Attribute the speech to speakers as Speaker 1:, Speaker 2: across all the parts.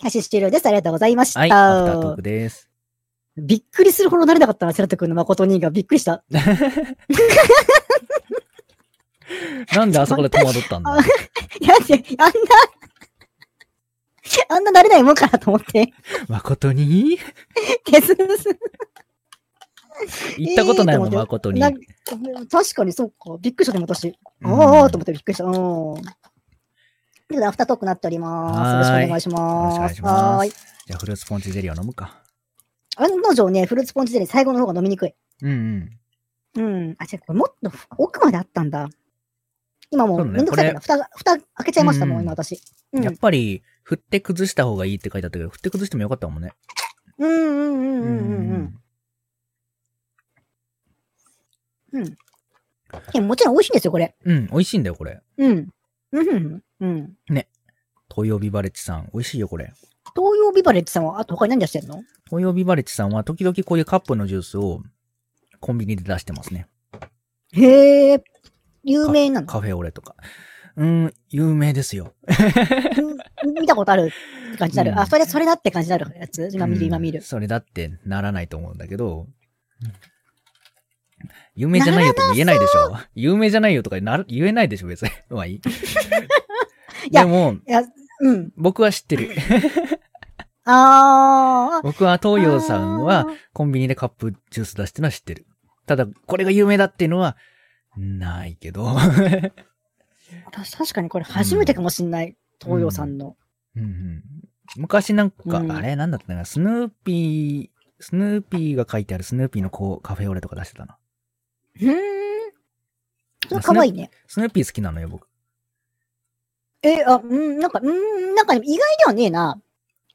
Speaker 1: キャシス終了です。ありがとうございました。
Speaker 2: はい、アフタートークです。
Speaker 1: びっくりするほど慣れなかったな、セラト君の誠にが。びっくりした。
Speaker 2: なんであそこで戸惑ったんだ
Speaker 1: いや、ってあんな、あんな慣れないもんかなと思って。
Speaker 2: 誠に
Speaker 1: 手すす
Speaker 2: 行ったことないもん、
Speaker 1: えー
Speaker 2: 誠に。
Speaker 1: な確かにそうか。びっくりしたでも私。あーあーと思ってびっくりした。うん。ということで、アフタートークになっております。よ
Speaker 2: はーい
Speaker 1: ろしくお願いし
Speaker 2: よろしくお
Speaker 1: ま
Speaker 2: 願い
Speaker 1: す。
Speaker 2: しま
Speaker 1: はーい。
Speaker 2: す。じゃあ、フルーツポンチゼリーを飲むか。
Speaker 1: 案の定ね、フルーツポンチゼリー最後の方が飲みにくい。
Speaker 2: うんう
Speaker 1: う
Speaker 2: ん。
Speaker 1: ん。あ、違う、これもっと奥まであったんだ。今も
Speaker 2: そううね
Speaker 1: めんどくさいから、蓋が、蓋開けちゃいましたも、
Speaker 2: うんん
Speaker 1: 今私。うん。
Speaker 2: やっぱり、振って崩した方がいいって書いてあったけど、振って崩してもよかったもんね。
Speaker 1: うんうんうん
Speaker 2: う
Speaker 1: うんうんうん。うん。でももちろん美味しいんですよ、これ。
Speaker 2: うん。うん、美味しいんだよ、これ。
Speaker 1: うん。うんうんうん。うん。
Speaker 2: 東洋ビバレッジさん、美味しいよ、これ。
Speaker 1: 東洋ビバレッジさんは、あと他に何出してんの
Speaker 2: 東洋ビバレッジさんは、時々こういうカップのジュースを、コンビニで出してますね。
Speaker 1: へえ、有名なの
Speaker 2: カフェオレとか。うん、有名ですよ。
Speaker 1: うん見たことあるって感じにな
Speaker 2: う
Speaker 1: る。
Speaker 2: ん
Speaker 1: あ、それ、それだって感じになるやつ今見
Speaker 2: う
Speaker 1: る、
Speaker 2: ん
Speaker 1: 今見る。
Speaker 2: それだってならないと思うんだけど、有名じゃないよとも言えないでしょ。有名じゃないよとかなる言えないでしょ、別に。 まあいい。
Speaker 1: や
Speaker 2: でも、
Speaker 1: いや、うん。
Speaker 2: 僕は知っ てる。
Speaker 1: あー。
Speaker 2: 僕は東洋さん
Speaker 1: あ
Speaker 2: は
Speaker 1: ー、
Speaker 2: コンビニでカップジュース出してるのは知ってる。ただ、これが有名だっていうのは、ないけど。
Speaker 1: た確かにこれ初めてかもしんない。東洋さんの。
Speaker 2: うんうん昔なんか、
Speaker 1: うん
Speaker 2: あれなんだったかな、スヌーピー、スヌーピーが書いてあるスヌーピーのこうカフェオレとか出してたな。
Speaker 1: うーん。それかわいいね。
Speaker 2: スヌーピー好きなのよ、僕。
Speaker 1: え、あ、うん、なんか、うん、なんか意外ではねえな。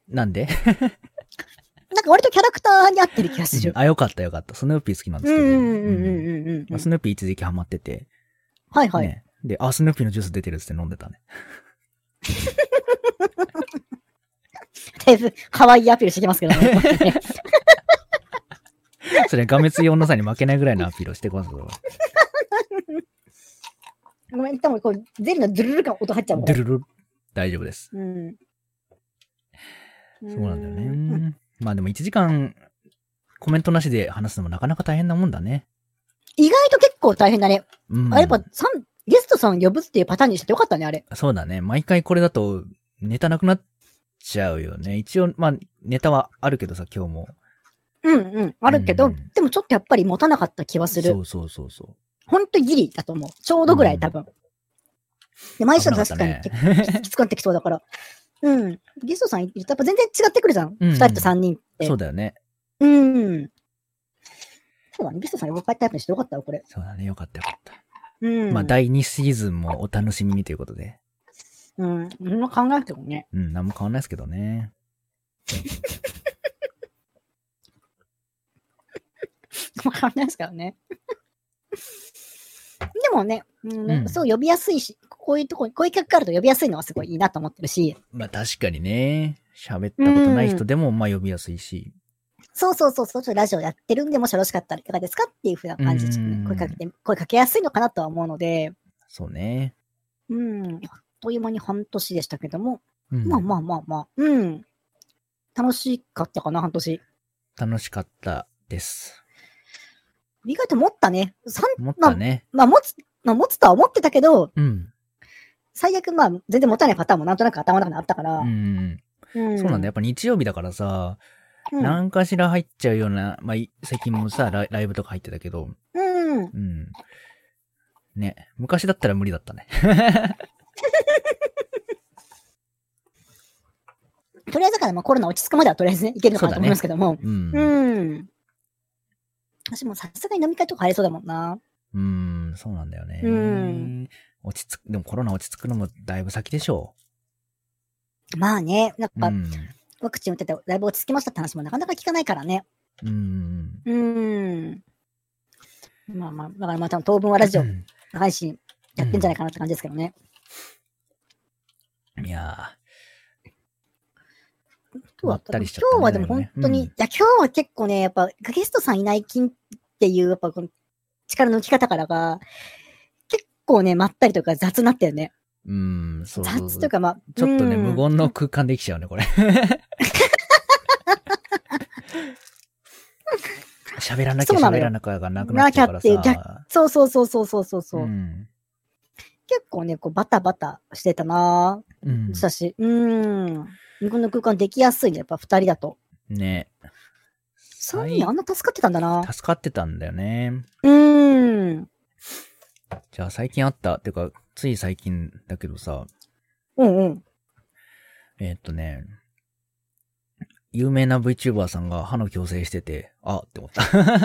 Speaker 2: なんで
Speaker 1: なんか割とキャラクターに合ってる気がする。
Speaker 2: あ、よかったよかった。スヌーピー好きなんで
Speaker 1: う
Speaker 2: す
Speaker 1: ん
Speaker 2: け
Speaker 1: う
Speaker 2: ど。
Speaker 1: んうんう
Speaker 2: うん
Speaker 1: んうんう
Speaker 2: まあ
Speaker 1: ん。
Speaker 2: スヌーピー一時期ハマってて、
Speaker 1: はいはい。
Speaker 2: ね。で、あ、スヌーピーのジュース出てるっつって飲んでたね。
Speaker 1: だいぶハワイアピールしてきますけどね。
Speaker 2: それ、がめつい女さんに負けないぐらいのアピールをしてこそ。
Speaker 1: ごめん、でもこう、ゼリーのドゥルル感音入っちゃうもん
Speaker 2: ドゥルル。大丈夫です。
Speaker 1: うん。
Speaker 2: そうなんだよ
Speaker 1: うん。
Speaker 2: ね。まあでも1時間、コメントなしで話すのもなかなか大変なもんだね。
Speaker 1: 意外と結構大変だね。
Speaker 2: うん。
Speaker 1: あれやっぱ、さんゲストさん呼ぶっていうパターンにしてよかったね、あれ。
Speaker 2: そうだね。毎回これだと、ネタなくなっちゃうよね。一応、まあ、ネタはあるけどさ、今日も。
Speaker 1: うんうん。あるけど、
Speaker 2: うん
Speaker 1: でもちょっとやっぱり持たなかった気はす
Speaker 2: そ
Speaker 1: る。
Speaker 2: うそうそうそ
Speaker 1: ほんとギリだと思う。ちょうどぐらい、多分。で、毎週の確かに
Speaker 2: 危な
Speaker 1: 結
Speaker 2: か
Speaker 1: 構きつくなってきそうだから。うん。ゲストさんいるとやっぱ全然違ってくるじゃん。
Speaker 2: うん
Speaker 1: 二人と三人っ
Speaker 2: う。
Speaker 1: て。
Speaker 2: そうだよね。
Speaker 1: うん。そうだね。ゲストさん呼ばれたタイプにしてよかったわ、これ。
Speaker 2: そうだね。よかったよかった。
Speaker 1: うん。
Speaker 2: まあ、第2シーズンもお楽しみにということで。
Speaker 1: うん。そんな考えなくてもね。
Speaker 2: うん、何も変わんないですけどね。
Speaker 1: わかんないですからね。 でもね、うん
Speaker 2: うん
Speaker 1: そう呼びやすいし、こういうとこ、こういう企画があると呼びやすいのはすごいいいなと思ってるし、
Speaker 2: まあ、確かにね。喋ったことない人でも、まあ、呼びやすいし。
Speaker 1: そうそうそうそう、ちょっとラジオやってるんで、もしよろしかったらいかがですかっていうふうな感じで、ちょっと
Speaker 2: うん
Speaker 1: ね、声かけて、声かけやすいのかなとは思うので、
Speaker 2: そうね。
Speaker 1: うん、あっという間に半年でしたけども、
Speaker 2: うん、
Speaker 1: まあまあまあまあ、うん、楽しかったかな、半年。
Speaker 2: 楽しかったです。
Speaker 1: 意外と持ったね。三
Speaker 2: 思ったね。
Speaker 1: まあ持つ、まあ持つとは思ってたけど、
Speaker 2: うん。
Speaker 1: 最悪まあ全然持たないパターンもなんとなく頭の中にあったから、
Speaker 2: うん。
Speaker 1: うん
Speaker 2: そうなんだ。やっぱ日曜日だからさ、
Speaker 1: うん
Speaker 2: 何かしら入っちゃうような、まあ、い最近もさライ、ライブとか入ってたけど、
Speaker 1: うん。
Speaker 2: うん。ね、昔だったら無理だったね。
Speaker 1: とりあえずだからまあコロナ落ち着くまではとりあえずね、いけるのかなと
Speaker 2: そうだね
Speaker 1: 思いますけども。
Speaker 2: うん。
Speaker 1: う,、ん。私もさすがに飲み会とか入れそうだもんな。
Speaker 2: うん、そうなんだよね。
Speaker 1: うん
Speaker 2: 落ち着く、でもコロナ落ち着くのもだいぶ先でしょ
Speaker 1: まあね、なん
Speaker 2: う。う
Speaker 1: か
Speaker 2: ん。
Speaker 1: ワクチン打っててだいぶ落ち着きましたって話もなかなか聞かないからね。
Speaker 2: うん。
Speaker 1: うん。まあまあ、だからまた当分はラジオ
Speaker 2: うん
Speaker 1: 配信やってんじゃないかなって感じですけどね。
Speaker 2: いや
Speaker 1: 今
Speaker 2: ま
Speaker 1: 日は
Speaker 2: ったりしちゃったね
Speaker 1: 今日はでも本当に、
Speaker 2: うん
Speaker 1: いや今日は結構ね、やっぱゲストさんいない金っていう、やっぱこの力の抜き方からが、結構ね、まったりとか雑になったよね。
Speaker 2: ー、うん、そうそう
Speaker 1: 雑
Speaker 2: そ
Speaker 1: という
Speaker 2: う。
Speaker 1: か、まあ、
Speaker 2: ちょっとね、
Speaker 1: うん
Speaker 2: 無言の空間できちゃう ね、これ。喋らなきゃ
Speaker 1: そうなの
Speaker 2: 喋
Speaker 1: よ
Speaker 2: らなきゃがなくなっちゃうから
Speaker 1: なきゃって
Speaker 2: さ。
Speaker 1: そうそうそうそうそうそうそう、
Speaker 2: ん。
Speaker 1: 結構ね、こう、バタバタしてたなぁ
Speaker 2: うん。
Speaker 1: したし、うん。無言の空間できやすいね、やっぱ二人だと。
Speaker 2: ね。
Speaker 1: そういうのあんな助かってたんだな
Speaker 2: 助かってたんだよね。
Speaker 1: うん。
Speaker 2: じゃあ最近あった、っていうか、つい最近だけどさ、
Speaker 1: うんうん。
Speaker 2: えーっとね、有名な VTuber さんが歯の矯正してて、あって思った。
Speaker 1: 何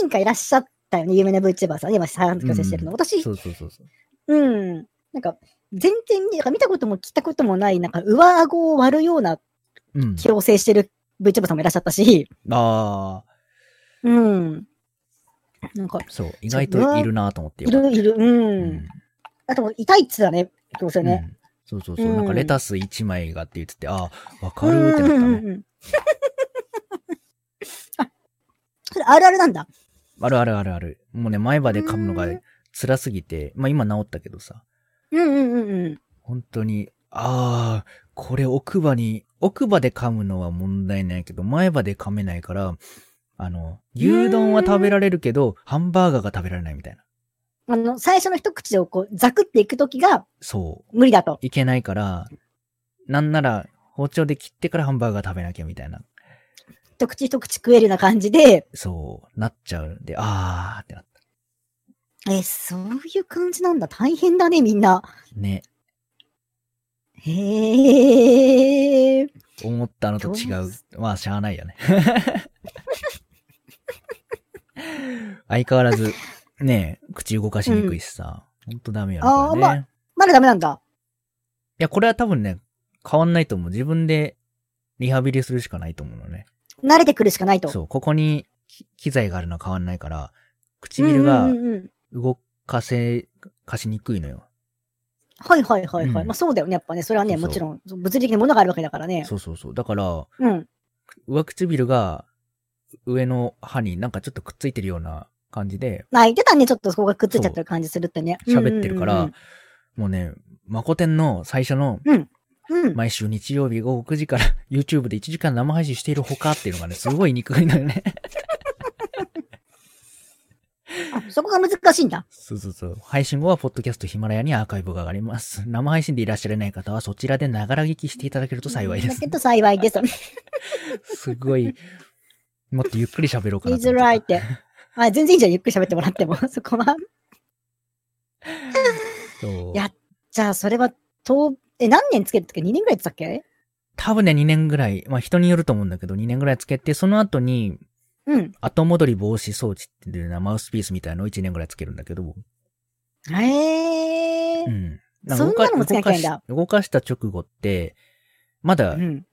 Speaker 1: 人かいらっしゃったよね、有名な VTuber さん。今、再販強制してるの。
Speaker 2: うん
Speaker 1: 私、
Speaker 2: そうそうそうそう。
Speaker 1: うん。なんか、全然に、なんか見たことも聞いたこともない、なんか、上顎を割るような
Speaker 2: うん。
Speaker 1: 矯正してる VTuber さんもいらっしゃったし、
Speaker 2: ああ、
Speaker 1: うん。なんか、
Speaker 2: そう。意外といるなと思って
Speaker 1: い
Speaker 2: よかっ
Speaker 1: る
Speaker 2: た
Speaker 1: いる、うん。
Speaker 2: うん
Speaker 1: あと、痛いっつだね、矯正ね。
Speaker 2: うんそうそうそう。
Speaker 1: うん
Speaker 2: なんかレタス1枚がって言ってて、ああ、わか
Speaker 1: うん、
Speaker 2: るってなったね。
Speaker 1: ね。あそれあるあるなんだ。
Speaker 2: あるあるあるある。もうね、前歯で噛むのが
Speaker 1: うん
Speaker 2: 辛すぎて、まあ今治ったけどさ、
Speaker 1: うんうんうんうん。
Speaker 2: 本当に、ああ、これ奥歯に、奥歯で噛むのは問題ないけど、前歯で噛めないから、あの、牛丼は食べられるけど、ハンバーガーが食べられないみたいな。
Speaker 1: あの、最初の一口をこう、ザクっていくときが
Speaker 2: そう。
Speaker 1: 無理だと。
Speaker 2: いけないから、なんなら包丁で切ってからハンバーガー食べなきゃみたいな、
Speaker 1: 一口一口食えるような感じで、
Speaker 2: そう、なっちゃうんで、あーってなった。
Speaker 1: え、そういう感じなんだ。大変だね、みんな。
Speaker 2: ね、
Speaker 1: へえ。
Speaker 2: 思ったのと違
Speaker 1: どう
Speaker 2: う。まあ、しゃあないよね。 相変わらず、ねえ、口動かしにくいしさ、ほんとダメよね。
Speaker 1: あー
Speaker 2: これね
Speaker 1: まあ
Speaker 2: い
Speaker 1: まだダメなんだ。
Speaker 2: や、これは多分ね、変わんないと思う。自分でリハビリするしかないと思うのね。
Speaker 1: 慣れてくるしかないと。
Speaker 2: そう、ここにき機材があるのは変わんないから、
Speaker 1: うんうん
Speaker 2: 唇が
Speaker 1: うんうん
Speaker 2: 動かせ、かしにくいのよ。
Speaker 1: はいはいはいはい。
Speaker 2: うん
Speaker 1: まあそうだよね。やっぱね、それはね、
Speaker 2: そうそう
Speaker 1: もちろん、そう物理的なものがあるわけだからね。
Speaker 2: そうそうそう。だから、
Speaker 1: うん。
Speaker 2: 上唇が上の歯になんかちょっとくっついてるような感じで
Speaker 1: 泣いてたね、ちょっとそこがくっついちゃってる感じするってね。
Speaker 2: 喋ってるから、
Speaker 1: うん
Speaker 2: もうね、マコテンの最初の
Speaker 1: うんうんうん。うん
Speaker 2: 毎週日曜日午後9時から YouTube で1時間生配信しているほかっていうのがね、すごい憎いのよね。
Speaker 1: あそこが難しいんだ。
Speaker 2: そうそうそう。配信後はポッドキャストヒマラヤにアーカイブが上がります。生配信でいらっしゃれない方はそちらでながら聞きしていただけると幸いで
Speaker 1: だ
Speaker 2: す
Speaker 1: け。ど幸いです。
Speaker 2: すごい、もっとゆっくり喋ろうか
Speaker 1: 言
Speaker 2: ない
Speaker 1: づ
Speaker 2: と思っちゃった。
Speaker 1: らいって。あ全然いいじゃん。ゆっくり喋ってもらって も。そこは。
Speaker 2: そう
Speaker 1: いやじゃあ、それは、と、え、何年つけるとか ?2 年ぐらいって言ってたっけ
Speaker 2: 多分ね、2年ぐらい、まあ人によると思うんだけど、2年ぐらいつけて、その後に、
Speaker 1: うん。
Speaker 2: 後戻り防止装置っていうな、マウスピースみたいのを1年ぐらいつけるんだけど、
Speaker 1: へえ
Speaker 2: う。ん。か
Speaker 1: そんなのもつけなきゃいけないんだ
Speaker 2: 動かし動かした直後って、まだ、
Speaker 1: うん。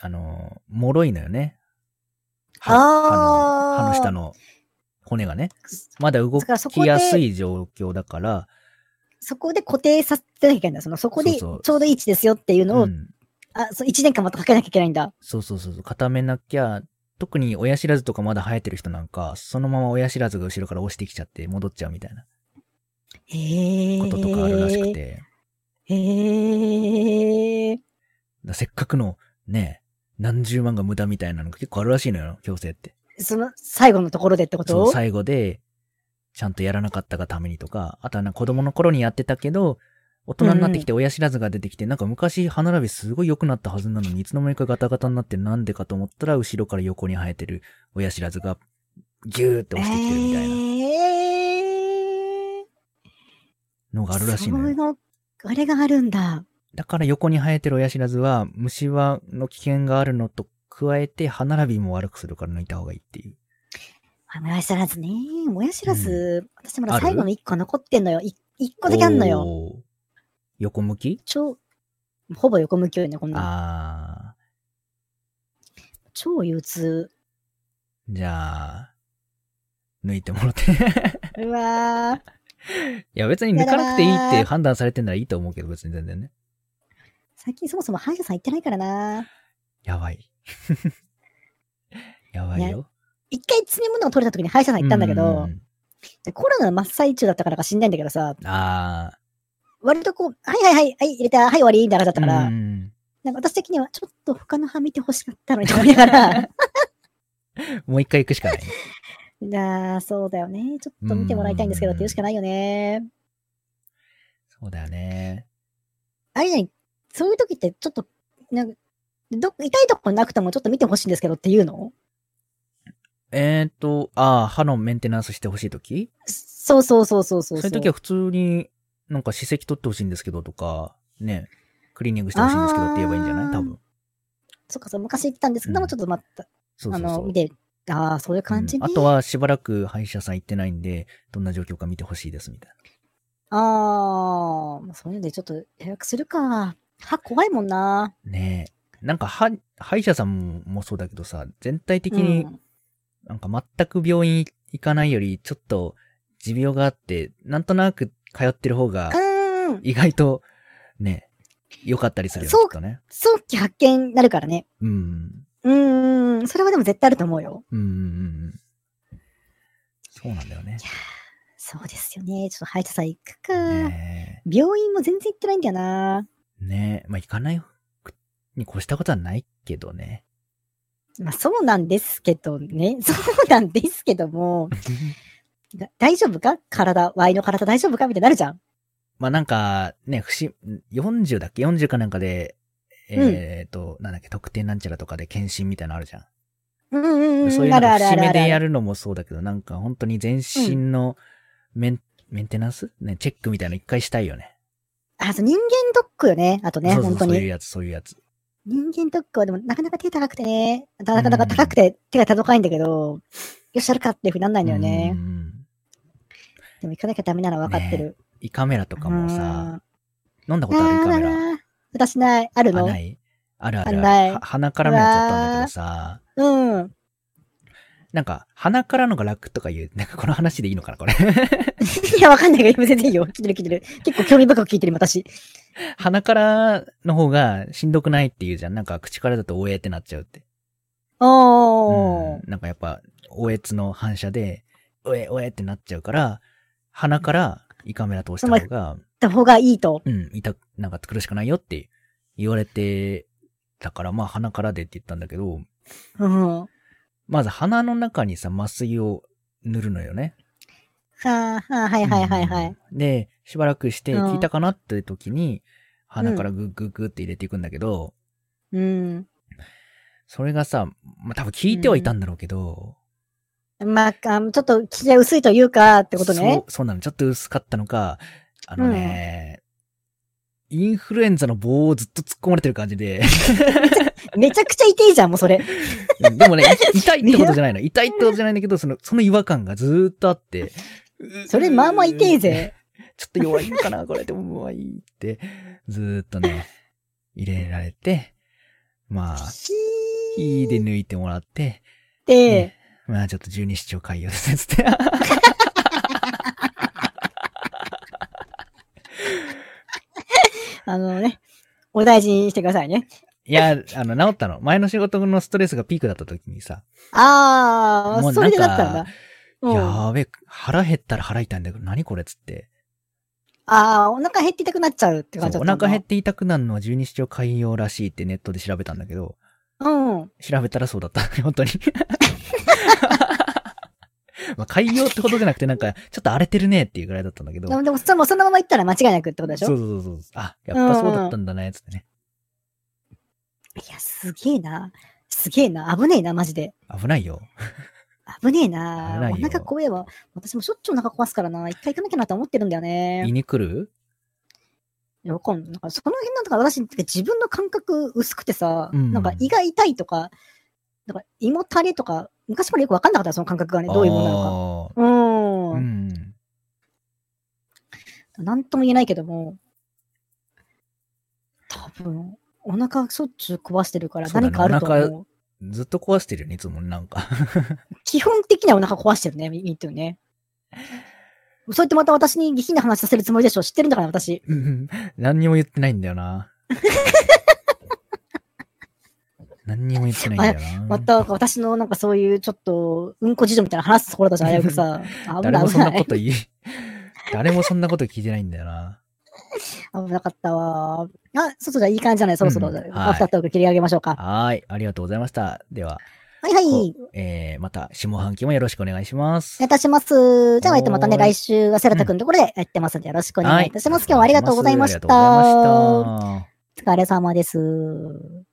Speaker 2: あの、脆いのよね。歯
Speaker 1: あー
Speaker 2: 歯の、歯の下の骨がね。まだ動
Speaker 1: だからそこ
Speaker 2: き
Speaker 1: で
Speaker 2: やすい状況だから、
Speaker 1: そこで固定させてなきゃいけないんだ。その、そこで
Speaker 2: そう
Speaker 1: ち
Speaker 2: そ
Speaker 1: ょ
Speaker 2: う
Speaker 1: うどいい位置ですよっていうのを、
Speaker 2: うん
Speaker 1: あ、そう、1年間またかけなきゃいけないんだ。
Speaker 2: そうそうそうそう、固めなきゃ、特に親知らずとかまだ生えてる人なんか、そのまま親知らずが後ろから押してきちゃって戻っちゃうみたいな
Speaker 1: へえ。
Speaker 2: こととかあるらしくて。
Speaker 1: へえ。
Speaker 2: だせっかくのね、何十万が無駄みたいなのが結構あるらしいのよ、強制って。
Speaker 1: その最後のところでってこ
Speaker 2: そ
Speaker 1: と
Speaker 2: う、最後で、ちゃんとやらなかったがためにとか、あとはなんか子供の頃にやってたけど、大人になってきて親知らずが出てきて、なんか昔歯並びすごい良くなったはずなのに、いつの間にかガタガタになってなんでかと思ったら、後ろから横に生えてる親知らずが、ギューって押してきてるみたいな
Speaker 1: えー
Speaker 2: のがあるらしいの
Speaker 1: そう
Speaker 2: よ
Speaker 1: いう。の、あれがあるんだ。
Speaker 2: だから横に生えてる親知らずは、虫歯の危険があるのと加えて、歯並びも悪くするから抜いた方がいいっていう。
Speaker 1: あもやしらずね。もやしらず、私まだ
Speaker 2: ある
Speaker 1: 最後の1個残ってんのよ。1, 個だけあんのよ。
Speaker 2: おー。横向き
Speaker 1: 超、ほぼ横向きよね、こんなの。
Speaker 2: あ
Speaker 1: 超憂鬱。
Speaker 2: ー。じゃあ、抜いて もらって。
Speaker 1: うわー。
Speaker 2: いや、別に抜かなくていいって判断されてんならいいと思うけど、別に全然ね。
Speaker 1: 最近そもそも歯医者さん行ってないからな。
Speaker 2: やばい。 やばいよ。
Speaker 1: 一回詰め物を取れた時に歯医者さん行ったんだけ
Speaker 2: う
Speaker 1: ど、
Speaker 2: ん
Speaker 1: でコロナの真っ最中だったからか死んないんだけどさ、
Speaker 2: ああ。
Speaker 1: 割とこう、はいはいはい、はい、入れた、はい終わり、みたいな感じだったから、
Speaker 2: うん
Speaker 1: なんか私的には、ちょっと他の歯見てほしかったのにと思いながら、
Speaker 2: もう一回行くしかない。
Speaker 1: なあ、そうだよね。ちょっと見てもらいたいんですけどって言うしかないよね。
Speaker 2: そうだよね。
Speaker 1: あれね、そういう時ってちょっと、なんか、どっ痛いとこなくてもちょっと見てほしいんですけどっていうの
Speaker 2: えーっと、ああ、歯のメンテナンスしてほしいとき
Speaker 1: そうそうそうそうそうう。
Speaker 2: そういうときは普通に、なんか歯石取ってほしいんですけどとか、ね、クリーニングしてほしいんですけどって言えばいいんじゃない多分。
Speaker 1: そっかそう、昔行ったんですけど
Speaker 2: う
Speaker 1: も、
Speaker 2: ん
Speaker 1: ちょっと待った、
Speaker 2: そうそ
Speaker 1: あ
Speaker 2: うそ
Speaker 1: の、
Speaker 2: う。
Speaker 1: 見て、ああ、そういう感じ
Speaker 2: うん
Speaker 1: ね。
Speaker 2: あとはしばらく歯医者さん行ってないんで、どんな状況か見てほしいですみたい
Speaker 1: ああ、まあそういうのでちょっと予約するか。歯怖いもんな。
Speaker 2: な。ねえ。なんか歯、歯医者さんももそうだけどさ、全体的
Speaker 1: う
Speaker 2: に
Speaker 1: ん
Speaker 2: なんか全く病院行かないより、ちょっと持病があって、なんとなく通ってる方が
Speaker 1: う、ーん。
Speaker 2: 意外と、ね、良かったりするよね、
Speaker 1: そ
Speaker 2: き
Speaker 1: う
Speaker 2: っとね。
Speaker 1: 早期発見になるからね。
Speaker 2: うん。
Speaker 1: うーん。それはでも絶対あると思うよ。
Speaker 2: うんうんうん。そうなんだよね。
Speaker 1: そうですよね。ちょっと歯医者さん行くか。
Speaker 2: ね
Speaker 1: 病院も全然行ってないんだよな。
Speaker 2: え。ねえ。まあ、行かないに越したことはないけどね。
Speaker 1: まあそうなんですけどね。 そうなんですけども。だ大丈夫か体、ワイの体大丈夫かみたいになるじゃん。
Speaker 2: まあ、なんか、ね、不思40だっけ ?40 かなんかで、えっ、と、なんだっけ、特定なんちゃらとかで検診みたいなのあるじゃん。
Speaker 1: うんうんうん。
Speaker 2: そういうのが節目でや
Speaker 1: る。
Speaker 2: るのもそうだけど、なんか本当に全身のメン、メンテナンスね、チェックみたいなの一回したいよね。
Speaker 1: あ、そう、人間ドックよね。あとね、
Speaker 2: そうそう
Speaker 1: 本当
Speaker 2: そういう
Speaker 1: に。
Speaker 2: やつ、そういうやつ。
Speaker 1: 人間ドックはでもなかなか手高くてね。なかなか高くて手が届かないんだけど、よし、やるかっていうふうになんないんだよね
Speaker 2: う。ん
Speaker 1: でも行かなきゃダメなのは分かってる。
Speaker 2: 胃カメラとかもさ、飲んだ
Speaker 1: う
Speaker 2: こ
Speaker 1: ん、
Speaker 2: とある胃
Speaker 1: あ
Speaker 2: カ
Speaker 1: ー
Speaker 2: メラ。
Speaker 1: なー私ない。ある
Speaker 2: あ、
Speaker 1: の
Speaker 2: ないあるある
Speaker 1: あない
Speaker 2: は鼻からのやつだったんだけどさ、
Speaker 1: うん。
Speaker 2: なんか、鼻からのが楽とか言う、なんかこの話でいいのかな、これ。
Speaker 1: いや、わかんないけど、今全然いいよ。聞いてる聞いてる。結構興味深く聞いてる、今私。
Speaker 2: 鼻からの方がしんどくないっていうじゃん。なんか口からだとおえってなっちゃうって。
Speaker 1: おー。
Speaker 2: うんなんかやっぱ、おえつの反射で、おえおえってなっちゃうから、鼻から胃カメラ通した方が、
Speaker 1: た方がいいと。
Speaker 2: うん、痛く、なんか苦しくないよって言われてたから、まあ鼻からでって言ったんだけど、
Speaker 1: うん。は
Speaker 2: まず鼻の中にさ、麻酔を塗るのよね。
Speaker 1: あ、はあ、はいはいはいはい。
Speaker 2: うん。で、しばらくして
Speaker 1: うん
Speaker 2: 聞いたかなって時に、鼻からグッグッグッって入れていくんだけど、
Speaker 1: うん。
Speaker 2: それがさ、まあ多分聞いてはいたんだろうけど、
Speaker 1: まあ、あのちょっと聞きが薄いというか、ってことね。
Speaker 2: そう、そうなの。ちょっと薄かったのか、あのね、インフルエンザの棒をずっと突っ込まれてる感 じで、
Speaker 1: めちゃくちゃ痛いじゃん、もうそれ。
Speaker 2: うんでもね、い痛いってことじゃないの。痛いってことじゃないんだけど、その、その違和感がずーっとあって、
Speaker 1: それ、まあまあ痛いぜ。
Speaker 2: ちょっと弱いのかな、これでも弱いって、ずーっとね、入れられて、まあ、
Speaker 1: ひ
Speaker 2: いいで抜いてもらって、
Speaker 1: ーって
Speaker 2: ね、まあちょっと十二指腸潰瘍ですね、つって。
Speaker 1: あのね、お大事にしてくださいね。
Speaker 2: いや、あの、治ったの。前の仕事のストレスがピークだった時にさ、
Speaker 1: あ
Speaker 2: もう
Speaker 1: あ、
Speaker 2: な
Speaker 1: そ
Speaker 2: んか
Speaker 1: れでだったんだ。うん、あ
Speaker 2: やーべ、腹減ったら腹痛いんだけど、何これっつって。
Speaker 1: あー、お腹減って痛くなっちゃうって
Speaker 2: そ
Speaker 1: 感じ
Speaker 2: う
Speaker 1: だっ
Speaker 2: お
Speaker 1: たんだ。
Speaker 2: 腹減って痛くなるのは十二指腸潰瘍らしいってネットで調べたんだけど、
Speaker 1: うん。
Speaker 2: 調べたらそうだった。 本当に。まあ、潰瘍ってことじゃなくて、なんか、ちょっと荒れてるねっていうぐらいだったんだけど。
Speaker 1: でも、でもそもうそのまま行ったら間違いなくってことでしょ
Speaker 2: そうそうそうそう。あ、やっぱそうだったんだね、つってね。
Speaker 1: いや、すげえな。すげえな。危ねえな、マジで。
Speaker 2: 危ないよ。
Speaker 1: 危ねえ
Speaker 2: 危
Speaker 1: な。
Speaker 2: ない
Speaker 1: お
Speaker 2: よ
Speaker 1: 腹怖えわ。私もしょっちゅうお腹壊すからな。一回行かなきゃなと思ってるんだよ
Speaker 2: 胃
Speaker 1: ね。
Speaker 2: に来る
Speaker 1: いやわかんないなんかその辺なんだから私、自分の感覚薄くてさ、
Speaker 2: うん
Speaker 1: なんか胃が痛いとか、なんか胃もたれとか、昔からよくわかんなかった、その感覚がね。どういうものなのか。
Speaker 2: の
Speaker 1: う
Speaker 2: う
Speaker 1: ーん。
Speaker 2: ん。
Speaker 1: なんとも言えないけども、多分、お腹しょっちゅう壊してるから
Speaker 2: そうだ
Speaker 1: 何
Speaker 2: ね
Speaker 1: かあると
Speaker 2: お
Speaker 1: 思う。
Speaker 2: ずっと壊してるよね、いつもねなんか。
Speaker 1: 基本的にはお腹壊してるね、ミートゥーね。そうやってまた私に下品な話させるつもりでしょ知ってるんだから、私。
Speaker 2: うん何にも言ってないんだよな。何にも言ってないんだよ
Speaker 1: ま
Speaker 2: な。
Speaker 1: た、私のなんかそういうちょっと、うんこ事情みたいな話すところだじゃん、危うく さ。危
Speaker 2: 誰
Speaker 1: ない
Speaker 2: も
Speaker 1: 危
Speaker 2: そん
Speaker 1: な
Speaker 2: ないこ。と言い、 誰もそんなこと聞いてないんだよな。
Speaker 1: 危なかったわ。あ、そうそうじゃあいい感じじゃないそろそろ、
Speaker 2: うんはい
Speaker 1: アフタートーク切り上げましょうか。
Speaker 2: はーい。ありがとうございました。では、
Speaker 1: はいはい
Speaker 2: こ。えー、また下半期もよろしくお願いします
Speaker 1: お願い。いたします。じゃあ、えっと、またね、
Speaker 2: はーい
Speaker 1: 来週はセラタ君のところでやってますんで、よろしくお願いいたします。
Speaker 2: は
Speaker 1: 今日はありがとうございました。
Speaker 2: ありがとうございました。
Speaker 1: お疲れ様です。